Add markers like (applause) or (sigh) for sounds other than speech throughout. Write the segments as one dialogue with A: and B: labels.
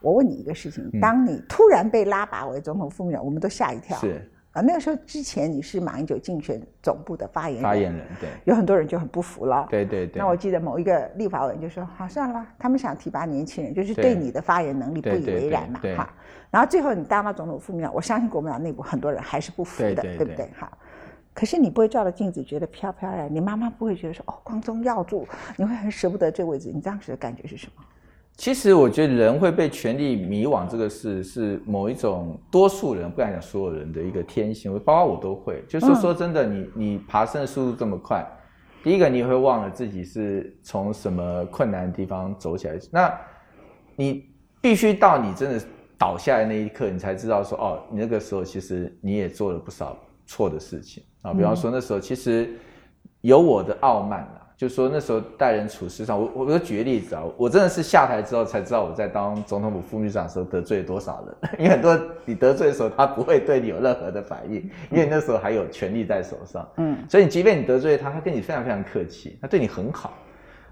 A: 我问你一个事情
B: 嗯：
A: 当你突然被拉拔为总统副部长，我们都吓一跳。
B: 是
A: 啊，那个时候之前你是马英九竞选总部的发言人，
B: 发言人，对
A: 有很多人就很不服了。
B: 对对对。
A: 那我记得某一个立法委员就说：“好、算了，他们想提拔年轻人，就是对
B: 对
A: 你的发言能力不
B: 对
A: 以
B: 对
A: 为
B: 对
A: 然嘛，
B: 对
A: 哈。”然后最后你当到总统副部长，我相信国民党内部很多人还是不服
B: 对
A: 的，
B: 对
A: 不
B: 对
A: 对？哈。可是你不会照着镜子觉得飘飘然，你妈妈不会觉得说哦光宗耀祖，你会很舍不得这位置。你当时的感觉是什么？
B: 其实我觉得人会被权力迷惘，这个事是某一种多数人，不敢讲所有人的一个天性，包括我都会。就是说
A: 嗯
B: 说真的，你你爬升的速度这么快，第一个你会忘了自己是从什么困难的地方走起来。那你必须到你真的倒下来那一刻，你才知道说哦，你那个时候其实你也做了不少错的事情啊。比方说那时候其实有我的傲慢啦、就说那时候待人处事上，我我我举个例子啊，我真的是下台之后才知道我在当总统府副秘书长的时候得罪了多少人， (laughs) 因为很多你得罪的时候，他不会对你有任何的反应，因为那时候还有权力在手上。
A: 嗯，
B: 所以你即便你得罪他，他跟你非常非常客气，他对你很好，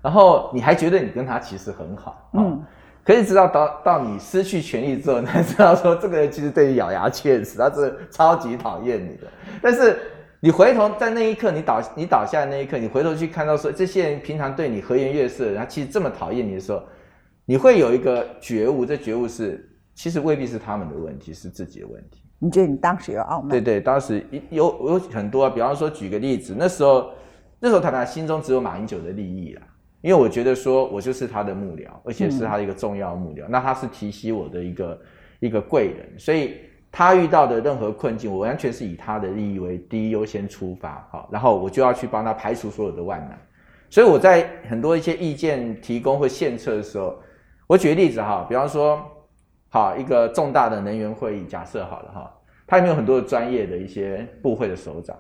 B: 然后你还觉得你跟他其实很好，嗯
A: 嗯，
B: 可是直到到到你失去权利之后，你才知道说这个人其实对你咬牙切齿，他是超级讨厌你的。但是你回头在那一刻，你倒你倒下的那一刻，你回头去看到说这些人平常对你和颜悦色的人，他其实这么讨厌你的时候，你会有一个觉悟，这觉悟是其实未必是他们的问题，是自己的问题。
A: 你觉得你当时有傲慢？
B: 对对，当时一有有很多、啊，比方说举个例子，那时候那时候坦白讲心中只有马英九的利益啦，因为我觉得说我就是他的幕僚，而且是他的一个重要幕僚，那他是提携我的一个一个贵人，所以他遇到的任何困境，我完全是以他的利益为第一优先出发，好，然后我就要去帮他排除所有的万难。所以我在很多一些意见提供或献策的时候，我举个例子哈，比方说，好一个重大的能源会议，假设好了哈，它里面有很多的专业的一些部会的首长，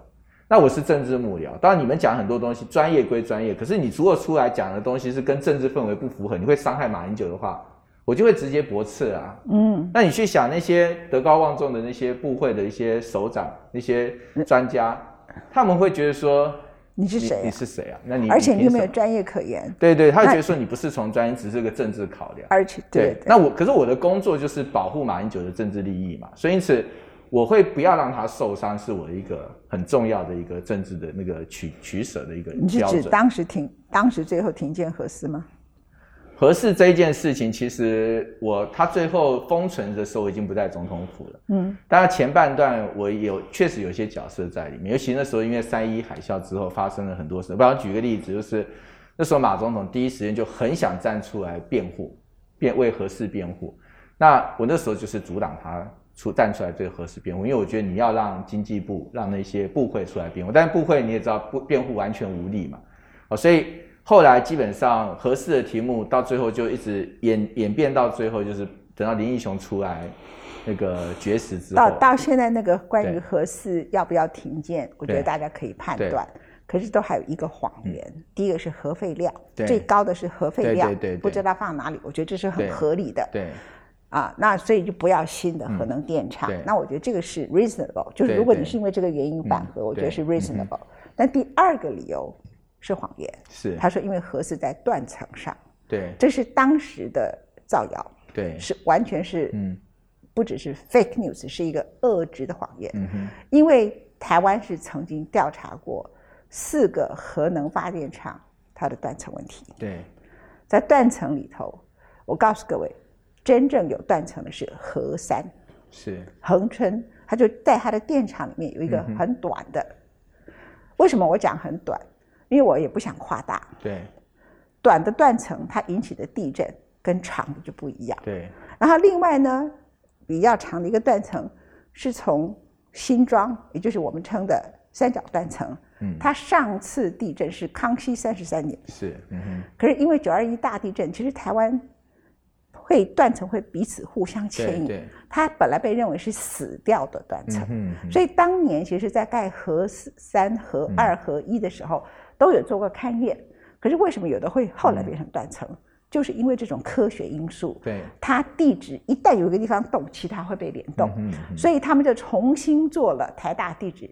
B: 那我是政治幕僚，当然你们讲很多东西，专业归专业，可是你如果出来讲的东西是跟政治氛围不符合，你会伤害马英九的话，我就会直接驳斥啊。
A: 嗯，
B: 那你去想那些德高望重的那些部会的一些首长、那些专家，他们会觉得说。
A: 你是
B: 你
A: 谁、
B: 你
A: 啊？
B: 是谁啊？那你
A: 而且你
B: 凭
A: 又
B: 什
A: 没
B: 么
A: 有专业可言，
B: 对对，他会觉得说你不是从专业，只是个政治考量。
A: 而且对对
B: 那我可是我的工作就是保护马英九的政治利益嘛，所以因此我会不要让他受伤，是我一个很重要的一个政治的那个取取舍的一个
A: 你是
B: 标
A: 指
B: 准。
A: 当时停，当时最后停建核四吗？
B: 合适这一件事情，其实我他最后封存的时候，我已经不在总统府了。
A: 嗯，
B: 当然前半段我有确实有一些角色在里面，尤其那时候因为三一海啸之后发生了很多事。不然举个例子，就是那时候马总统第一时间就很想站出来辩护，辩为合适辩护。那我那时候就是阻挡他出站出来对合适辩护，因为我觉得你要让经济部让那些部会出来辩护，但是部会你也知道不辩护完全无力嘛。哦，所以后来基本上合适的题目到最后就一直演演变到最后，就是等到林义雄出来那个绝食之
A: 到
B: 后，
A: 到现在那个关于
B: 对
A: 核四要不要停建，我觉得
B: 对
A: 大家可以判
B: 对
A: 断。可是都还有一个谎言，第一个是核废料，
B: 对
A: 最高的是核废料
B: 对对对对，
A: 不知道放哪里，我觉得这是很
B: 对
A: 合理的
B: 对嗯
A: 啊。那所以就不要新的核能电厂
B: 对。
A: 那我觉得这个是 reasonable，就是
B: 对
A: 如果你
B: 对
A: 是因为这个原因反核，
B: 嗯
A: 我觉
B: 对
A: 得是 reasonable。但第二个理由是谎言，
B: 是，
A: 他说因为核是在断层上，
B: 对
A: 这是当时的造谣，
B: 对，
A: 是完全是
B: 嗯
A: 不只是 fake news，是一个恶质的谎言。
B: 嗯哼，
A: 因为台湾是曾经调查过四个核能发电厂它的断层问题，
B: 对
A: 在断层里头，我告诉各位，真正有断层的是核三
B: 是，
A: 恒春，它就在它的电厂里面有一个
B: 嗯哼
A: 很短的。为什么我讲很短？因为我也不想夸大，
B: 对
A: 短的断层它引起的地震跟长的就不一样。
B: 对
A: 然后另外呢，比较长的一个断层是从新庄，也就是我们称的三角断层。
B: 嗯
A: 它上次地震是康熙三十三年，
B: 是，嗯哼，
A: 可是因为九二一大地震，其实台湾会断层会彼此互相
B: 对
A: 牵引。
B: 对，
A: 它本来被认为是死掉的断层，
B: 嗯哼，
A: 所以当年其实，在盖核四三、核二、核一的时候，都有做过勘验。可是为什么有的会后来变成断层？就是因为这种科学因素。
B: 对，
A: 它地质一旦有一个地方动，其他会被联动，
B: 嗯哼，
A: 所以他们就重新做了台大地质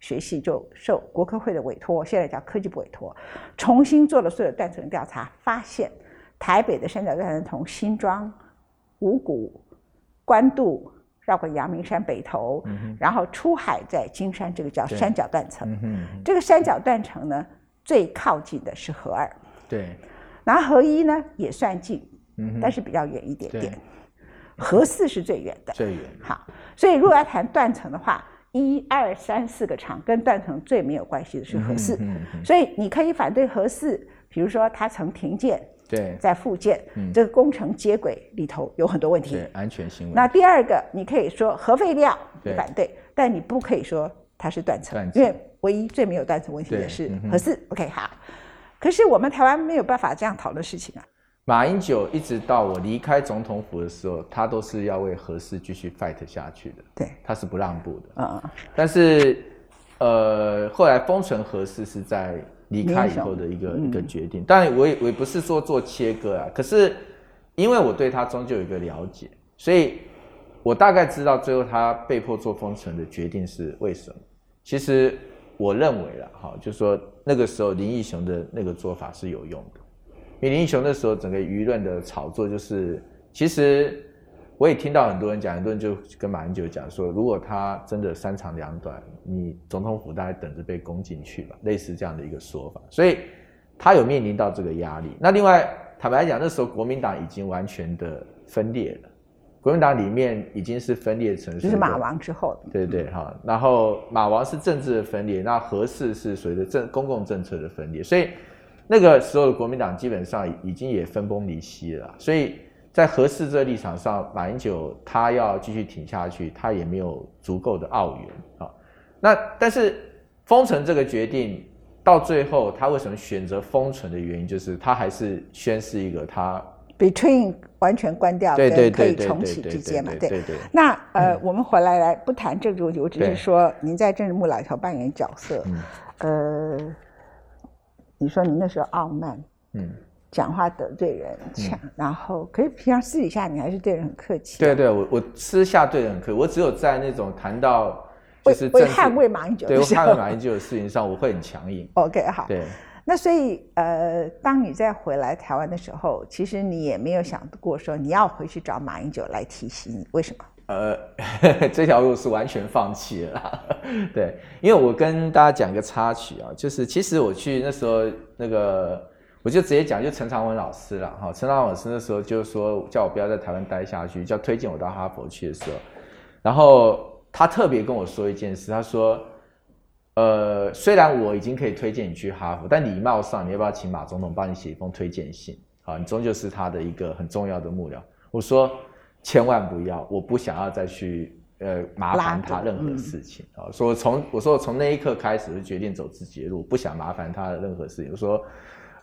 A: 学系，就受国科会的委托，现在叫科技部委托，重新做了所有断层调查，发现台北的三角断层从新庄、五股、官渡，绕过阳明山北头，然后出海在金山，这个叫
B: 嗯对
A: 山脚断层。
B: 嗯哼，
A: 这个山脚断层呢，最靠近的是河二，
B: 对，
A: 然后河一呢也算近，
B: 嗯哼，
A: 但是比较远一点
B: 对
A: 点。河四是最远的。
B: 最远，
A: 好，所以如果要谈断层的话，一二三四个场跟断层最没有关系的是河四，
B: 嗯哼，
A: 所以你可以反对河四，比如说它曾停建
B: 对
A: 在复建，
B: 嗯
A: 这个工程接轨里头有很多问题
B: 对。，安全行为，
A: 那第二个，你可以说核废料你
B: 对
A: 反对，但你不可以说它是断层
B: 断，层
A: 因为唯一最没有断层问题
B: 对
A: 的是
B: 嗯哼
A: 核四。OK，好。可是我们台湾没有办法这样讨论事情啊。
B: 马英九一直到我离开总统府的时候，他都是要为核四继续 fight 下去的，
A: 对，
B: 他是不让步的。
A: 嗯，嗯
B: 但是，呃，后来封存核四是在离开以后的一个、一个决定。当然，我也我也不是说做切割啊，可是因为我对他终究有一个了解，所以我大概知道最后他被迫做封存的决定是为什么。其实我认为啦，哈，就是说那个时候林义雄的那个做法是有用的。因为林英雄那时候整个舆论的炒作就是，其实我也听到很多人讲，很多人就跟马英九讲说，如果他真的三长两短，你总统府大概等着被攻进去吧，类似这样的一个说法，所以他有面临到这个压力。那另外坦白讲，那时候国民党已经完全的分裂了，国民党里面已经是分裂成
A: 就是
B: 一个
A: 马王之后，
B: 对对哈、然后马王是政治的分裂，那何氏是所谓的政公共政策的分裂，所以那个时候的国民党基本上已经也分崩离析了啦，所以在何氏这个立场上，马英九他要继续挺下去，他也没有足够的澳元啊、那但是封城这个决定到最后，他为什么选择封存的原因，就是他还是宣示一个他
A: between 完全关掉
B: 对对
A: 跟可
B: 对
A: 以
B: 对对
A: 重
B: 对
A: 启
B: 对
A: 之间嘛，
B: 对对对
A: 那呃，我们回来来不谈政治问题，我只
B: 对嗯
A: 是说您在政治幕僚里头扮演角色，呃，你说您那时候傲慢，
B: 嗯。
A: 讲话得罪人，呛，然后可是平常私底下你还是对人很客气啊，
B: 对对，我我私下对人可以，我只有在那种谈到就
A: 为
B: 是
A: 为
B: 政治
A: 捍卫马英九
B: 对
A: 的
B: 我
A: 时
B: 捍
A: 候
B: 卫马英九的事情上，我会很
A: (laughs)
B: 强硬。
A: ，OK 好，
B: 对 (laughs)
A: 那所以呃，当你再回来台湾的时候，其实你也没有想过说你要回去找马英九来提醒你，为什么？
B: 呃，这条路是完全放弃了啦。对，因为我跟大家讲一个插曲啊，就是其实我去那时候那个，我就直接讲，就陈长文老师了哈。陈长文老师那时候就说叫我不要在台湾待下去，叫推荐我到哈佛去的时候，然后他特别跟我说一件事，他说。呃，虽然我已经可以推荐你去哈佛，但礼貌上，你要不要请马总统帮你写一封推荐信？好，你终究是他的一个很重要的幕僚。我说千万不要，我不想要再去呃麻烦他
A: 拉着嗯
B: 任何事情啊、所以我从我说我从那一刻开始，我就决定走自己的路，不想麻烦他的任何事情。我说，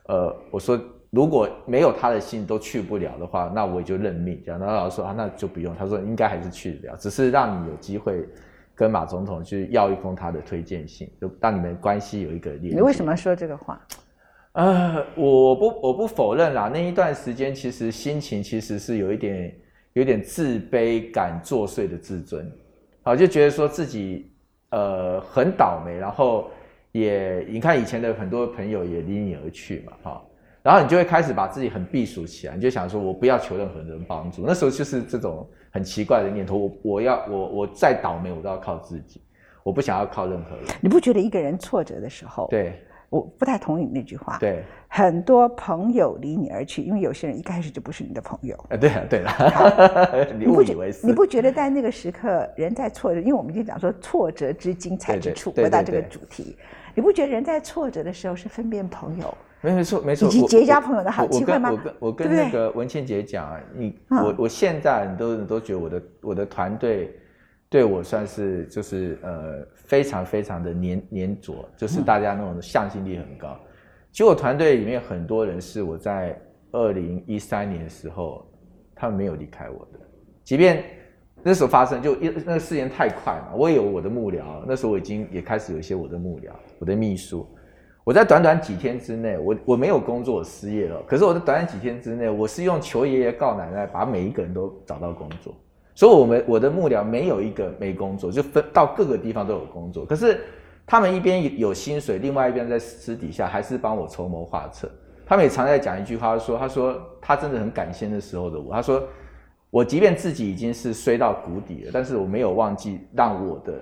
B: 呃，我说如果没有他的信都去不了的话，那我也就认命。这样，然后老师说啊，那就不用。他说应该还是去得了，只是让你有机会跟马总统去要一封他的推荐信，就让你们关系有一个连接。
A: 你为什么说这个话？
B: 呃，我不我不否认啦，那一段时间其实心情其实是有一点有点自卑感作祟的自尊，好就觉得说自己呃很倒霉，然后也你看以前的很多朋友也离你而去嘛，哈、然后你就会开始把自己很避暑起来，你就想说我不要求任何人帮助，那时候就是这种很奇怪的念头，我我要我我再倒霉我都要靠自己，我不想要靠任何人，
A: 你不觉得一个人挫折的时候，
B: 对
A: 我不太同意你那句话。，
B: 对，
A: 很多朋友离你而去，因为有些人一开始就不是你的朋友。
B: 呃对了对了， (laughs) 你误
A: 不
B: 以
A: 觉
B: 为是
A: 你不觉得在那个时刻，人在挫折，因为我们今天讲说挫折之精彩之处，
B: 对对对
A: 回到这个
B: 对对
A: 主题，你不觉得人在挫折的时候是分辨朋友？
B: 没没错没错，
A: 以及
B: 我
A: 结交
B: 我
A: 朋友的好
B: 我我
A: 机会
B: 跟
A: 吗
B: 我跟我
A: 对
B: 跟
A: 不对
B: 那个文倩姐讲啊，你
A: 嗯
B: 我我现在很多人都觉得我的我的团队对我算是就是呃非常非常的粘粘着，
A: 嗯
B: 就是大家那种向心力很高。其实我团队里面很多人是我在二零一三年的时候，他们没有离开我的，即便那时候发生就因那个事情太快嘛，我也有我的幕僚，那时候我已经也开始有一些我的幕僚，我的秘书。我在短短几天之内，我我没有工作，我失业了。可是我在短短几天之内，我是用求爷爷告奶奶把每一个人都找到工作。所以我们我的幕僚没有一个没工作，就分到各个地方都有工作。可是他们一边有薪水，另外一边在私底下还是帮我筹谋划策。他们也常在讲一句话，说他说他真的很感谢那时候的我。他说我即便自己已经是衰到谷底了，但是我没有忘记让我的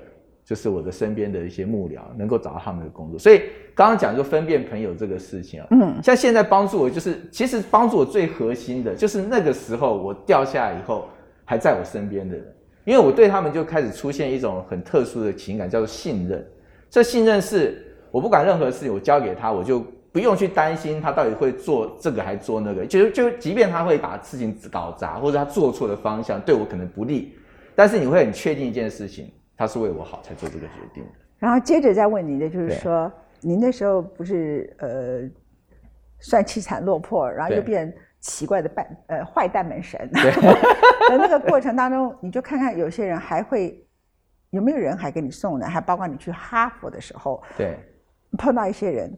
B: 就是我的身边的一些幕僚能够找到他们的工作。所以刚刚讲就分辨朋友这个事情啊，
A: 嗯，
B: 像现在帮助我就是，其实帮助我最核心的就是那个时候我掉下来以后还在我身边的人，因为我对他们就开始出现一种很特殊的情感，叫做信任。这信任是我不管任何事情，我交给他，我就不用去担心他到底会做这个还做那个。就就即便他会把事情搞砸，或者他做错了方向，对我可能不利，但是你会很确定一件事情，他是为我好才做这个决定的。
A: 然后接着再问你的就是
B: 对
A: 说，你那时候不是呃，算凄惨落魄，然后又
B: 对
A: 变奇怪的半呃坏蛋门神。在 (laughs) 那个过程当中，你就看看有些人还会有没有人还给你送呢？还包括你去哈佛的时候，
B: 对。
A: 碰到一些人，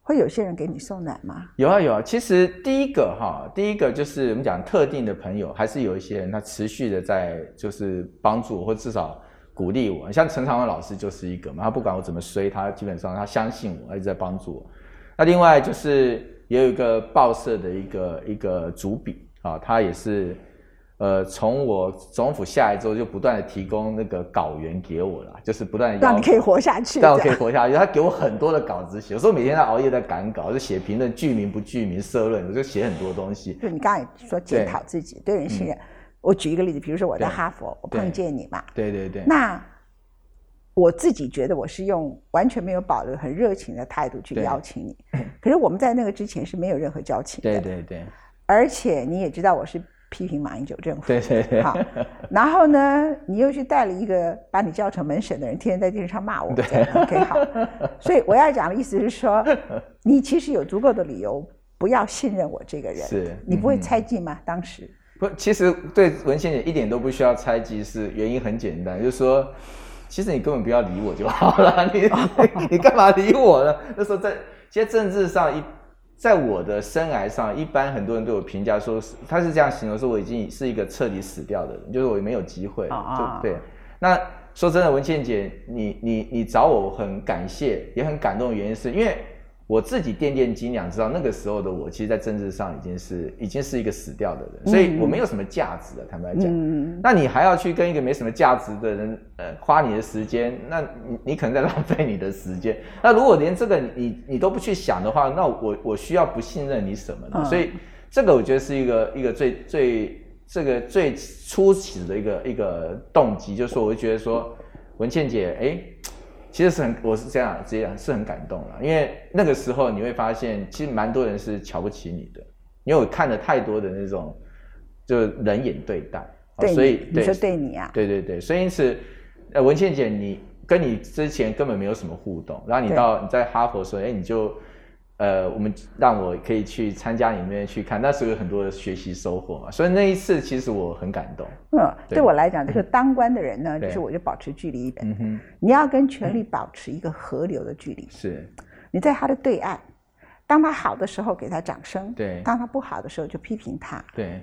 A: 会有些人给你送奶吗？
B: 有啊有啊，其实第一个哈，第一个就是我们讲特定的朋友，还是有一些人他持续的在就是帮助我，或至少鼓励我。像陈长文老师就是一个嘛，他不管我怎么衰，他基本上他相信我，他一直在帮助我。那另外就是也有一个报社的一个一个主笔啊，他也是呃从我总统府下来之后，就不断的提供那个稿源给我啦，就是不断的
A: 让你可以活下去。
B: 但我可
A: 这
B: 以
A: 样
B: 活下去。他哦给我很多的稿子写，有时候每天在熬夜在赶稿，就写评论，剧名不剧名，社论，我就写很多
A: (laughs)
B: 东西。
A: 就你刚才说检讨自己，对人信任。我举一个例子，比如说我在
B: 嗯对
A: 哈佛，我
B: 对
A: 碰见你嘛，
B: 对对对，
A: 那我自己觉得我是用完全没有保留、很热情的态度去
B: 对嗯
A: 邀请你，可是我们在那个之前是没有任何交情的，
B: 对对对
A: 而且你也知道我是批评马英九政府。
B: 对对对
A: 好，然后呢，你又去带了一个把你叫成门神的人，天天在电视上骂我。对，OK，好。所以我要讲的意思是
B: (laughs)
A: 说，你其实有足够的理由不要信任我这个人。
B: 是
A: 你不会
B: 嗯
A: 猜忌吗？当时
B: (laughs) 不，其实对文先生一点都不需要猜忌，是原因很简单，就是说，其实你根本不要理我就好了， (laughs)
A: (laughs)
B: 你你干嘛理我呢？那时候在，其实政治上一，在我的生涯上，一般很多人对我评价说是，他是这样形容说我已经是一个彻底死掉的人，就是我没有机会，
A: 啊啊
B: 就对。那说真的，文倩姐，你你你找我，我很感谢，也很感动的原因是因为。我自己掂掂斤两，知道那个时候的我，其实，在政治上已经是已经是一个死掉的人，所以我没有什么价值的。坦白讲，
A: 嗯
B: 那你还要去跟一个没什么价值的人，呃，花你的时间，那你你可能在 (laughs) 浪费你的时间。那如果连这个你你你都不去想的话，那我我需要不信任你什么呢？
A: 嗯
B: 所以这个我觉得是一个一个最最这个最初始的一个一个动机，就是说，我就觉得说，文倩姐，哎、其实是很，我是这样直接讲，是很感动了，因为那个时候你会发现，其实蛮多人是瞧不起你的，因为我看了太多的那种，就是冷眼对待，啊
A: 对你，
B: 所以
A: 你说对你啊，
B: 对对对，所以因此，呃，文倩姐，你跟你之前根本没有什么互动，然后你
A: 对
B: 到你在哈佛的时候，哎，你就，呃，我们让我可以去参加你那边去看，那时候有很多的学习收获嘛，所以那一次其实我很感动，
A: 嗯，
B: 对
A: 对我来讲，这个当官的人呢，
B: 对
A: 就是我就保持距离一点。
B: 嗯哼，
A: 你要跟权力保持一个河流的距离。
B: 是
A: 你在他的对岸，当他好的时候给他掌声，
B: 对
A: 当他不好的时候就批评他。
B: 对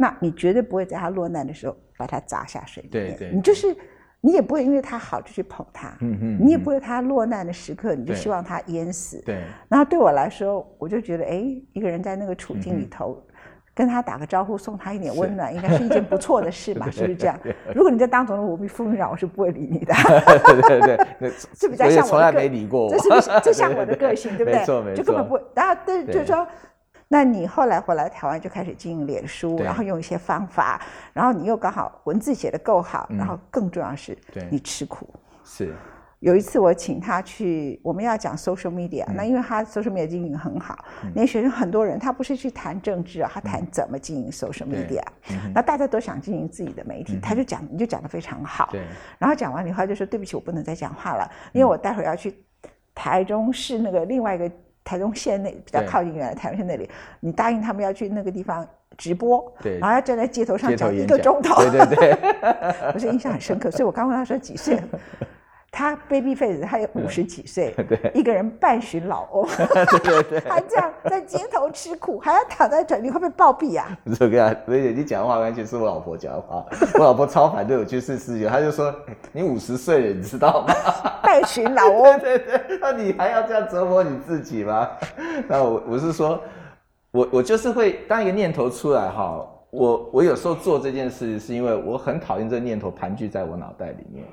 A: 那你绝对不会在他落难的时候把他砸下水里面。
B: 对对
A: 你就是你也不会因为他好就去捧他，
B: 嗯哼
A: 你也不会他落难的时刻你就
B: 对
A: 希望他淹死。
B: 对
A: 然后对我来说，我就觉得，哎，一个人在那个处
B: 嗯
A: 境里头，跟他打个招呼，送他一点温暖，应该是一件不错的事
B: (laughs)
A: 吧？是不是这样？如果你在当总统，我被副院长，我是不会理你
B: (laughs)
A: 的。
B: 对对对，
A: (laughs)
B: 那
A: 这比较
B: 我也
A: 像我
B: 从
A: 的
B: 来
A: 个
B: 没理过我，
A: 这是不是这
B: (laughs)
A: 像我的个性，对不对？
B: 没错没错，
A: 就根本不会。然后，但是就是
B: 对
A: 说，那你后来回来台湾就开始经营脸书，
B: 对
A: 然后用一些方法，然后你又刚好文字写的够好，然后更重要的是
B: 嗯对，
A: 你吃苦。
B: 是
A: 有一次我请他去，我们要讲 social media，、那
B: 嗯
A: 因为他 social media 经营很好，那些学生很多人他不是去谈政治啊，他谈怎么经营 social
B: 嗯对嗯
A: media，、那 (laughs) 大家都想经营自己的媒体，他就讲你就讲的非常好，
B: 对嗯
A: 然后讲完以后他就说对不起，我不能再讲话了，因为我待会儿要去台中市那个另外一个台中县那比较
B: 对
A: 靠近原来台中县那里，你答应他们要去那个地方直播，
B: 对
A: 然后要站在街头上
B: 街
A: 讲
B: 头
A: 一
B: 演
A: 个
B: 讲，
A: 钟头，
B: (laughs) 对对对
A: 我是印象很深刻，所以我刚问他说几岁，他 baby face，他有五十几岁，
B: 嗯对
A: 一个人半旬老翁，
B: (laughs) 对对
A: 还这样在街头吃苦，还要躺在这里，会不会暴毙呀、啊？
B: 对，这个啊，所以你讲的话完全是我老婆讲的话，我老婆超反对我去试试酒，她就说哎你五十岁了，你知道吗？
A: 半旬老翁，
B: (laughs) 对对对，那你还要这样折磨你自 (laughs) 己吗？那我我是说，我我就是会当一个念头出来哈，我我有时候做这件事，是因为我很讨厌这个念头盘踞在我脑袋里面，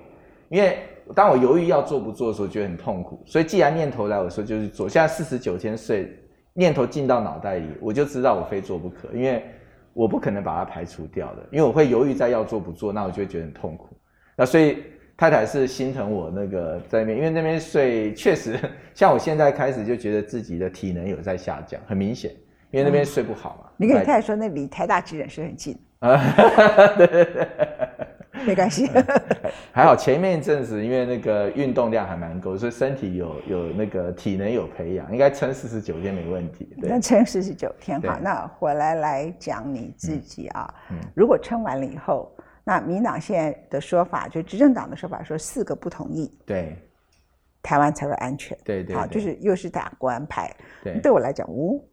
B: 因为当我犹豫要做不做的时候，觉得很痛苦。所以既然念头来，我说就是做。现在四十九天睡，念头进到脑袋里，我就知道我非做不可，因为我不可能把它排除掉的，因为我会犹豫在要做不做，那我就会觉得很痛苦。那所以太太是心疼我那个在那边，因为那边睡确实， (laughs) 像我现在开始就觉得自己的体能有在下降，很明显，因为那边睡不好嘛。
A: 嗯你跟你太太说，那离台大急诊室很近，
B: 啊，对对对，嗯
A: 没关系。 (laughs)
B: 还好前面一阵子因为那个运动量还蛮够，所以身体有有那个体能有培养，应该撑四十九天没问题。对
A: 那，撑四十九天哈，
B: 对嗯
A: 那回来来讲你自己啊，如果撑完了以后，那民党现在的说法，就执政党的说法说四个不同意，
B: 对，
A: 台湾才会安全。
B: 对对
A: 啊，
B: 对
A: 就是又是打国安牌。
B: 对，
A: 对我来讲，无、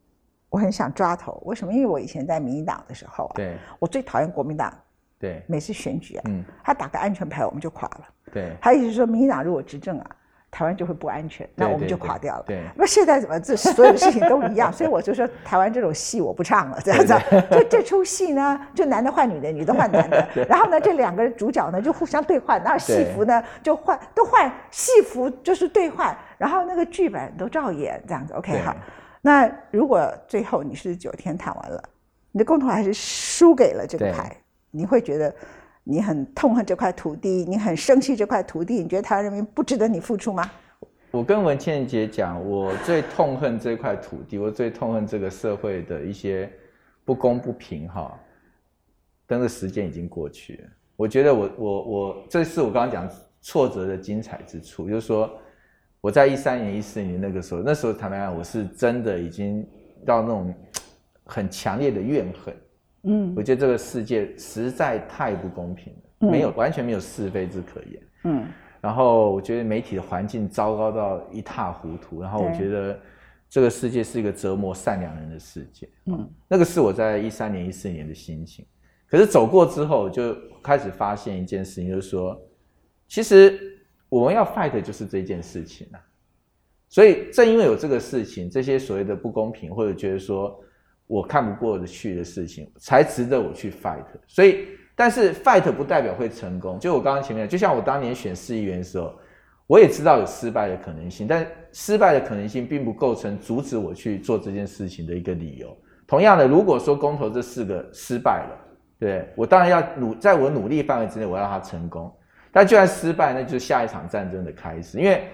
A: 我很想抓头。为什么？因为我以前在民进党的时候啊，
B: 对，
A: 我最讨厌国民党
B: 对，
A: 每次选举啊，
B: 嗯，
A: 他打个安全牌，我们就垮了。
B: 对，
A: 他意思说，民进党如果执政啊，台湾就会不安全，那
B: 对
A: 我们
B: 对
A: 就
B: 对
A: 垮掉了。
B: 对
A: 那现在怎么这所有的事情都一样？所以我就说台湾这种戏我不唱了，这样子啊。就这出戏呢，就男的换女的，女的换男
B: (laughs)
A: 的，然后呢，这两个主角呢就互相对换，那戏服呢就换都换戏服就是对换，然后那个剧本都照演这样子。OK
B: 对
A: 好，那如果最后你是九天谈完了，你的公投还是输给了这个
B: 对
A: 牌，你会觉得。你很痛恨这块土地，你很生气这块土地，你觉得台湾人民不值得你付出吗？
B: 我跟文倩姐讲，我最痛恨这块土地，我最痛恨这个社会的一些不公不平哈。但是时间已经过去了，我觉得我我我，这是我刚刚讲挫折的精彩之处，就是说我在一三年、一四年那个时候，那时候坦白讲，我是真的已经到那种很强烈的怨恨。
A: 嗯
B: 我觉得这个世界实在太不公平了，
A: 嗯
B: 没有完全没有是非之可言。
A: 嗯
B: 然后我觉得媒体的环境糟糕到一塌糊涂，然后我
A: 对
B: 觉得这个世界是一个折磨善良人的世界。
A: 嗯
B: 那个是我在一三年、一四年的心情。可是走过之后，我就开始发现一件事情，就是说，其实我们要 fight 的就是这件事情啊。所以正因为有这个事情，这些所谓的不公平，或者觉得说我看不过得去的事情，才值得我去 fight。所以，但是 fight 不代表会成功。就我刚刚前面讲，就像我当年选市议员的时候，我也知道有失败的可能性，但失败的可能性并不构成阻止我去做这件事情的一个理由。同样的，如果说公投这四个失败了，对我当然要努，在我努力范围之内，我要让它成功。但就算失败，那就是下一场战争的开始。因为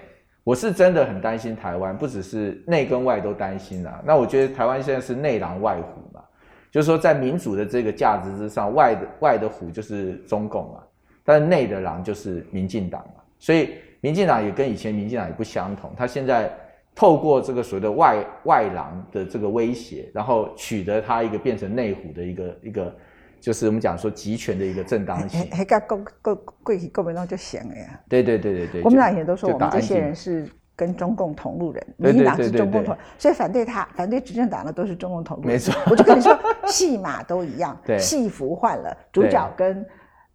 B: 我是真的很担心台湾，不只是内跟外都担心啦、那我觉得台湾现在是内狼外虎嘛，就是说在民主的这个价值之上，外的外的虎就是中共嘛，但是内的狼就是民进党嘛。所以民进党也跟以前民进党也不相同，他现在透过这个所谓的外外狼的这个威胁，然后取得他一个变成内虎的一个一个，就是我们讲说集权的一个正当
A: 还
B: 性。
A: 还跟国国过去国民党就行了呀。
B: 对对对对对，
A: 啊国民党
B: 就
A: 以前都说
B: 就
A: 我们
B: 打
A: 这
B: 安
A: 些
B: 静
A: 人是跟中共同路人，
B: 对对
A: 民进党是
B: 对对
A: 中共
B: 对
A: 同，所以反对他、反对执政党的都是中共同路人。
B: 没错，
A: 我就跟你说，戏码都一样，
B: (laughs) 对
A: 戏服换了，主
B: 对
A: 角跟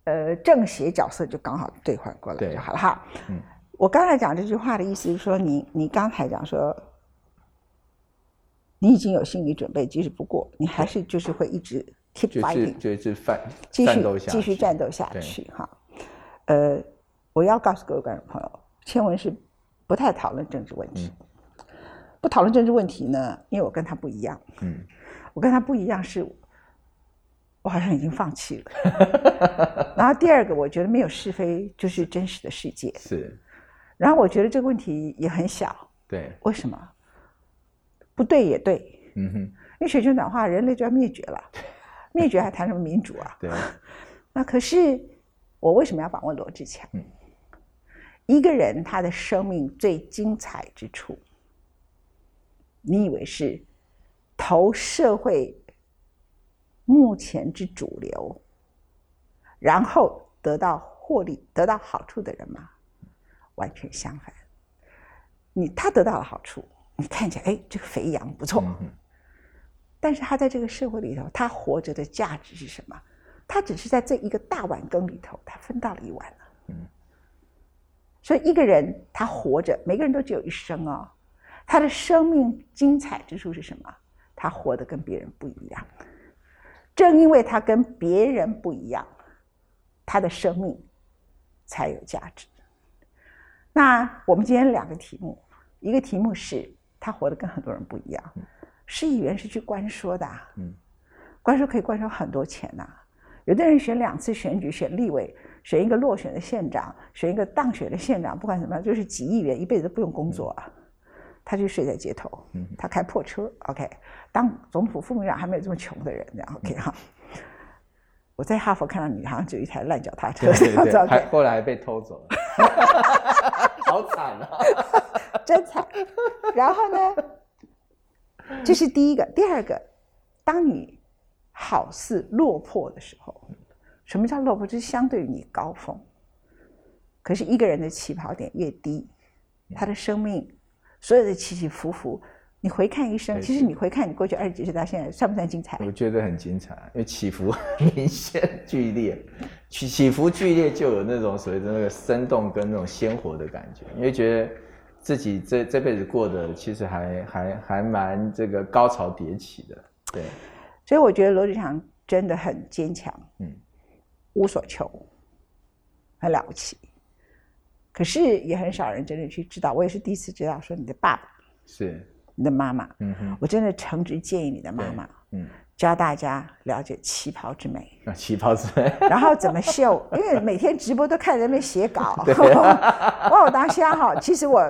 A: 呃正邪角色就刚好兑换过来
B: 对
A: 就好了哈。
B: 嗯
A: 我刚才讲这句话的意思是说，你你刚才讲说。你已经有心理准备，即使不过，你还是就是会一直 keep
B: 就是
A: fighting，
B: 就是战
A: 继
B: 战
A: 续
B: 斗下
A: 继续
B: 去
A: 战斗下
B: 对
A: 去哈。呃，我要告诉各位观众朋友，千文是不太讨论政治问题。
B: 嗯
A: 不讨论政治问题呢，因为我跟他不一样。
B: 嗯，
A: 我跟他不一样是，我好像已经放弃了。
B: (laughs)
A: 然后第二个，我觉得没有是非就是真实的世界。
B: 是，
A: 然后我觉得这个问题也很小，
B: 对，
A: 为什么？不对也对，
B: 嗯哼，
A: 因为全球暖化，人类就要灭绝了，灭绝还谈什么民主啊？ (laughs)
B: 对，嗯
A: 那可是我为什么要访问罗志强？
B: 嗯
A: 一个人他的生命最精彩之处，你以为是投社会目前之主流，然后得到获利、得到好处的人吗？完全相反，你他得到了好处，你看起来哎，这个肥羊不错，
B: 嗯哼，
A: 但是他在这个社会里头，他活着的价值是什么？他只是在这一个大碗羹里头，他分到了一碗了。
B: 嗯
A: 所以一个人他活着，每个人都只有一生哦，他的生命精彩之处是什么？他活得跟别人不一样。正因为他跟别人不一样，他的生命才有价值。那我们今天两个题目，一个题目是他活得跟很多人不一样。市议员是去官说的、啊，
B: 嗯，
A: 官说可以官收很多钱呐、啊。有的人选两次选举，选立委，选一个落选的县长，选一个当选的县长，不管怎么样，就是几亿元，一辈子都不用工作啊。他就睡在街头，
B: 嗯
A: 他开破车，OK。当总统副部长还没有这么穷的人呢，OK
B: 嗯
A: 哈。我在哈佛看到你好像只有一台烂脚踏车，(laughs)
B: 对对
A: 这
B: 对，
A: 样子
B: 还
A: OK，
B: 后来还被偷走了， (laughs) 好惨啊！
A: (laughs)
B: (laughs)
A: 真惨。然后呢，这是第一个，第二个，当你好似落魄的时候，什么叫落魄？就是相对于你高峰。可是一个人的起跑点越低，他的生命所有的起起伏伏，你回看一生，
B: 对
A: 其实你回看你过去二十几岁到现在，算不算精彩？
B: 我觉得很精彩，因为起伏明显剧烈，起起伏剧烈就有那种所谓的那个生动跟那种鲜活的感觉，因为觉得自己这这辈子过得其实还还还蛮这个高潮迭起的，对，
A: 所以我觉得罗志祥真的很坚强，
B: 嗯，
A: 无所求，很了不起。可是也很少人真的去知道，我也是第一次知道说你的爸爸、
B: 是，
A: 你的妈妈，
B: 嗯哼，
A: 我真的诚挚建议你的妈妈
B: 嗯，
A: 教大家了解旗袍之美。
B: 那旗袍之类，
A: 然后怎么秀？因为每天直播都看人们写稿，哇，我当下哈，其实我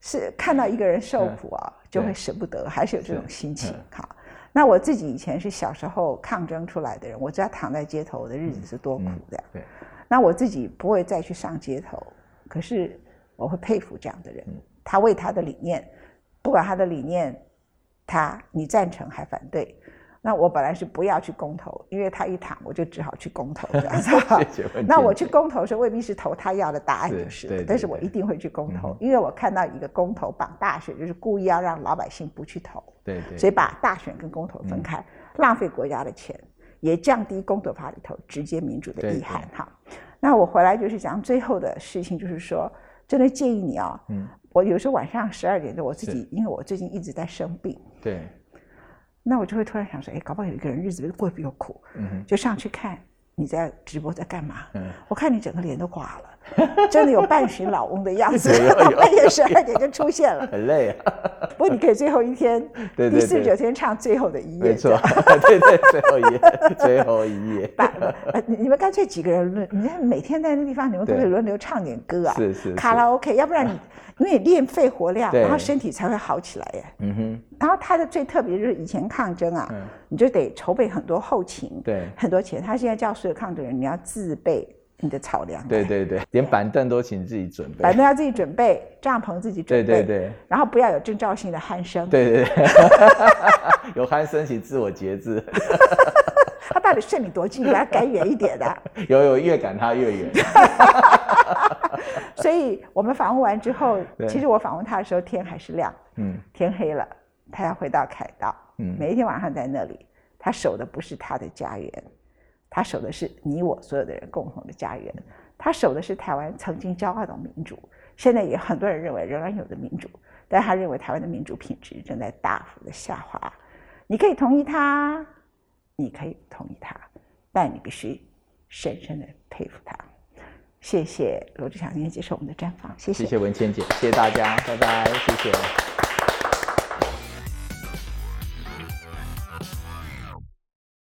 A: 是看到一个人受苦啊，就会舍不得，还是有这种心情哈。那我自己以前是小时候抗争出来的人，我知道躺在街头的日子是多苦的。
B: 对，
A: 那我自己不会再去上街头，可是我会佩服这样的人，他为他的理念，不管他的理念，他你赞成还反对。那我本来是不要去公投，因为他一躺我就只好去公
B: (laughs)
A: 投这样子
B: 谢谢文。
A: 啊那
B: 娟
A: 我
B: 姐
A: 去公投的时候未必是投他要的答案
B: 是
A: 就是
B: 对
A: 了，
B: 对
A: 但是我
B: 对
A: 一定会去公投
B: 嗯，
A: 因为我看到一个公投绑大选，就是故意要让老百姓不去投。
B: 对对，嗯
A: 所以把大选跟公投分开，浪费国家的钱，也降低公投法里头直接民主的
B: 对
A: 意涵哈。那我回来就是讲最后的事情，就是说，真的建议你啊、
B: 嗯
A: 我有时候晚上十二点多，我自己
B: 是
A: 因为我最近一直在生病，
B: 对，
A: 那我就会突然想说，哎，搞不好有一个人日子过得比我苦，
B: 嗯哼，
A: 就上去看你在直播在干嘛。
B: 嗯
A: 我看你整个脸都垮了，真的有半旬老翁的样子
B: (laughs) 有有有，
A: 半夜十二点就出现了。
B: 很累啊，
A: 不过你可以最后一天，
B: (laughs) 对对
A: 第四十九
B: 对
A: 天唱最后的一夜，
B: 没错， (laughs) 对对，最后一页，最后
A: (laughs)
B: 一页，
A: 把呃你你们干脆几个人轮，你看每天在那地方，你们可不可以
B: 对
A: 轮流唱点歌啊？
B: 是是
A: 卡拉 OK，要不然你因为你练肺活量，
B: 对
A: 然后身体才会好起来耶。
B: 嗯哼，
A: 然后他的最特别就是以前抗争啊，
B: 嗯
A: 你就得筹备很多后勤，
B: 对
A: 很多钱。他现在叫所有抗争人，你要自备你的草粮，
B: 对，对对，连板凳都请自己准备
A: 反，正要自己准备，帐篷自己准
B: 对
A: 备，
B: 对对。
A: 然后不要有征兆性的鼾声。
B: 对对 (laughs) 对，有鼾声请自我节制，
A: 他到底剩你多近，你把它改远一点的、
B: (laughs) 有有越赶他越
A: (laughs)
B: 远。
A: 所以我们访问完之后，
B: 对
A: 其实我访问他的时候天还是亮，
B: 嗯，
A: 天黑了，他要回到凯道，
B: 嗯
A: 每一天晚上在那里，他守的不是他的家园，他守的是你我所有的人共同的家园，他守的是台湾曾经骄傲的民主，现在也很多人认为仍然有的民主，但他认为台湾的民主品质正在大幅的下滑。你可以同意他，你可以不同意他，但你必须深深的佩服他。谢谢罗志祥今天接受我们的专访，谢
B: 谢谢文倩姐，谢谢大家，拜拜，谢谢。